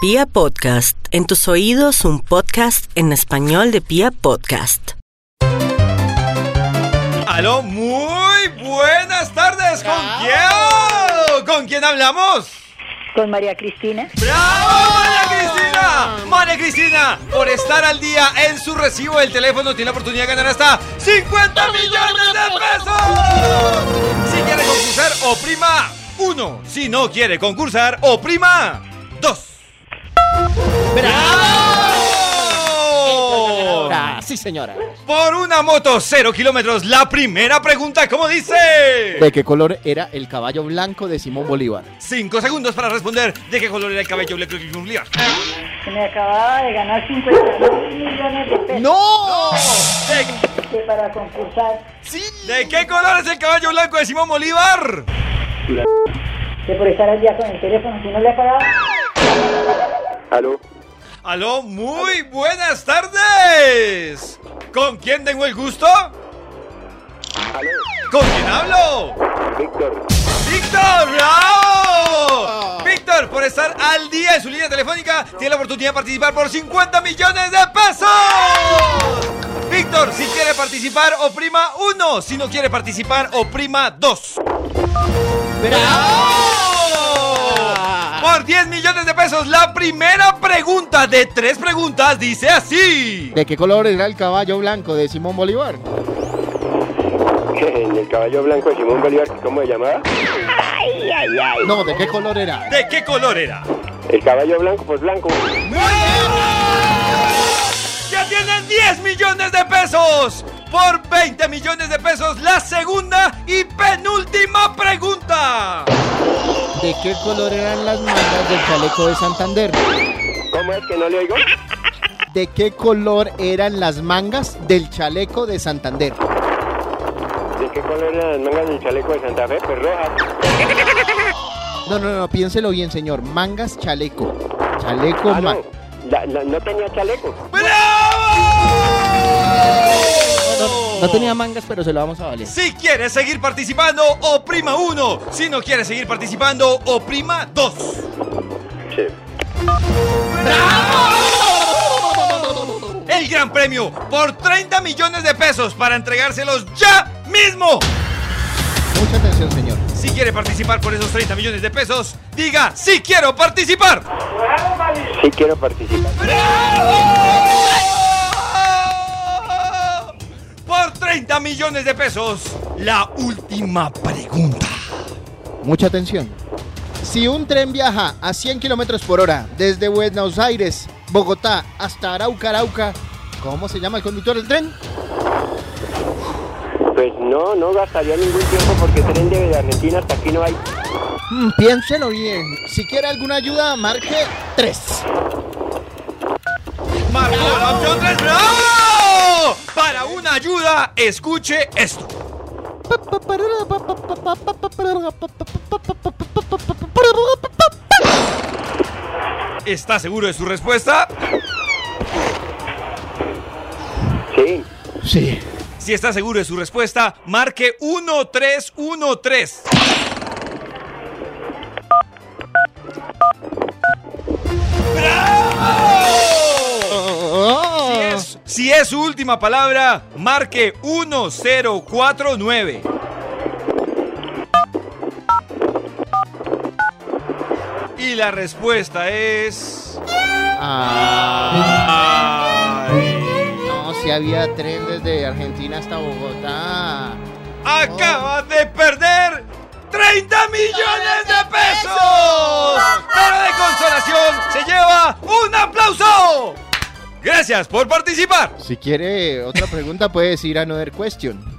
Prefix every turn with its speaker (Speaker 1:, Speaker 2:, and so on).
Speaker 1: Pia Podcast, en tus oídos un podcast en español de Pia Podcast.
Speaker 2: Aló, muy buenas tardes. ¿Con quién? ¿Con quién hablamos?
Speaker 3: Con María Cristina.
Speaker 2: ¡Bravo, María Cristina! María Cristina, por estar al día en su recibo del teléfono, tiene la oportunidad de ganar hasta 50 millones de pesos. Si quiere concursar, oprima 1. Si no quiere concursar, oprima 2. ¡Bravo!
Speaker 4: Ah, sí, señora.
Speaker 2: Por una moto 0 kilómetros, la primera pregunta, ¿cómo dice?
Speaker 4: ¿De qué color era el caballo blanco de Simón Bolívar?
Speaker 2: Cinco segundos para responder de qué color era el cabello Black Black Black Black.
Speaker 3: Se me acababa de ganar 52 millones de pesos
Speaker 4: ¡No!
Speaker 2: ¿De,
Speaker 3: que para concursar.
Speaker 2: de qué color es el caballo blanco de Simón Bolívar?
Speaker 3: Que por estar al día con el teléfono, si no le acababa.
Speaker 5: Aló,
Speaker 2: Aló, muy buenas tardes. ¿Con quién tengo el gusto?
Speaker 5: aló,
Speaker 2: ¿Con quién hablo?
Speaker 5: Víctor,
Speaker 2: ¡Víctor! ¡Bravo! Víctor, por estar al día en su línea telefónica, tiene la oportunidad de participar por 50 millones de pesos. Víctor, si quiere participar, oprima 1. Si no quiere participar, oprima 2. ¡Bravo! Por 10 millones de pesos, la primera pregunta de tres preguntas dice así.
Speaker 4: ¿De qué color era el caballo blanco de Simón Bolívar?
Speaker 5: el del caballo blanco de Simón Bolívar, ¿cómo se llamaba?
Speaker 4: No, ¿de qué color era?
Speaker 2: ¿De qué color era?
Speaker 5: El caballo blanco, pues blanco.
Speaker 2: ¡Ya tienen 10 millones de pesos! Por 20 millones de pesos, la segunda y penúltima pregunta.
Speaker 4: ¿De qué color eran las mangas del chaleco de Santander?
Speaker 5: ¿Cómo es que no le oigo?
Speaker 4: ¿De qué color eran las mangas del chaleco de Santander?
Speaker 5: ¿De qué color eran las mangas del chaleco de Santa Fe? Pues rojas.
Speaker 4: No, no, no, piénselo bien, señor. Mangas, chaleco. Chaleco,
Speaker 5: Ah,
Speaker 4: man-
Speaker 5: no, la- la- no tenía chaleco.
Speaker 2: ¡Bravo!
Speaker 4: No tenía mangas, pero se lo vamos a valer.
Speaker 2: Si quieres seguir participando, oprima 1. Si no quieres seguir participando, oprima 2.
Speaker 5: Sí.
Speaker 2: El gran premio por 30 millones de pesos para entregárselos ya mismo.
Speaker 4: Mucha atención, señor.
Speaker 2: Si quiere participar por esos 30 millones de pesos, diga si quiero participar.
Speaker 5: Sí quiero participar.
Speaker 2: ¡Bravo! Por 30 millones de pesos, la última pregunta.
Speaker 4: Mucha atención. Si un tren viaja a 100 kilómetros por hora desde Buenos Aires, Bogotá, hasta Arauca, Arauca, ¿cómo se llama el conductor del tren?
Speaker 5: Pues no, no gastaría ningún tiempo porque tren de Argentina hasta aquí no hay.
Speaker 4: Mm, piénselo bien. Si quiere alguna ayuda, marque 3.
Speaker 2: Marcó la opción 3. ¡Bravo! Para una ayuda, escuche esto. ¿Está seguro de su respuesta?
Speaker 5: Sí.
Speaker 4: Sí.
Speaker 2: Si está seguro de su respuesta, marque 1313. ¡Bravo!
Speaker 4: Oh.
Speaker 2: Si es, si es su última palabra, marque 1049. Y la respuesta es...
Speaker 4: Ah,
Speaker 2: Ay.
Speaker 4: no, si había tren desde Argentina hasta Bogotá.
Speaker 2: Acabas de perder 30 millones de pesos. Pero de consolación se lleva un aplauso. Gracias por participar.
Speaker 4: Si quiere otra pregunta, puede decir another question.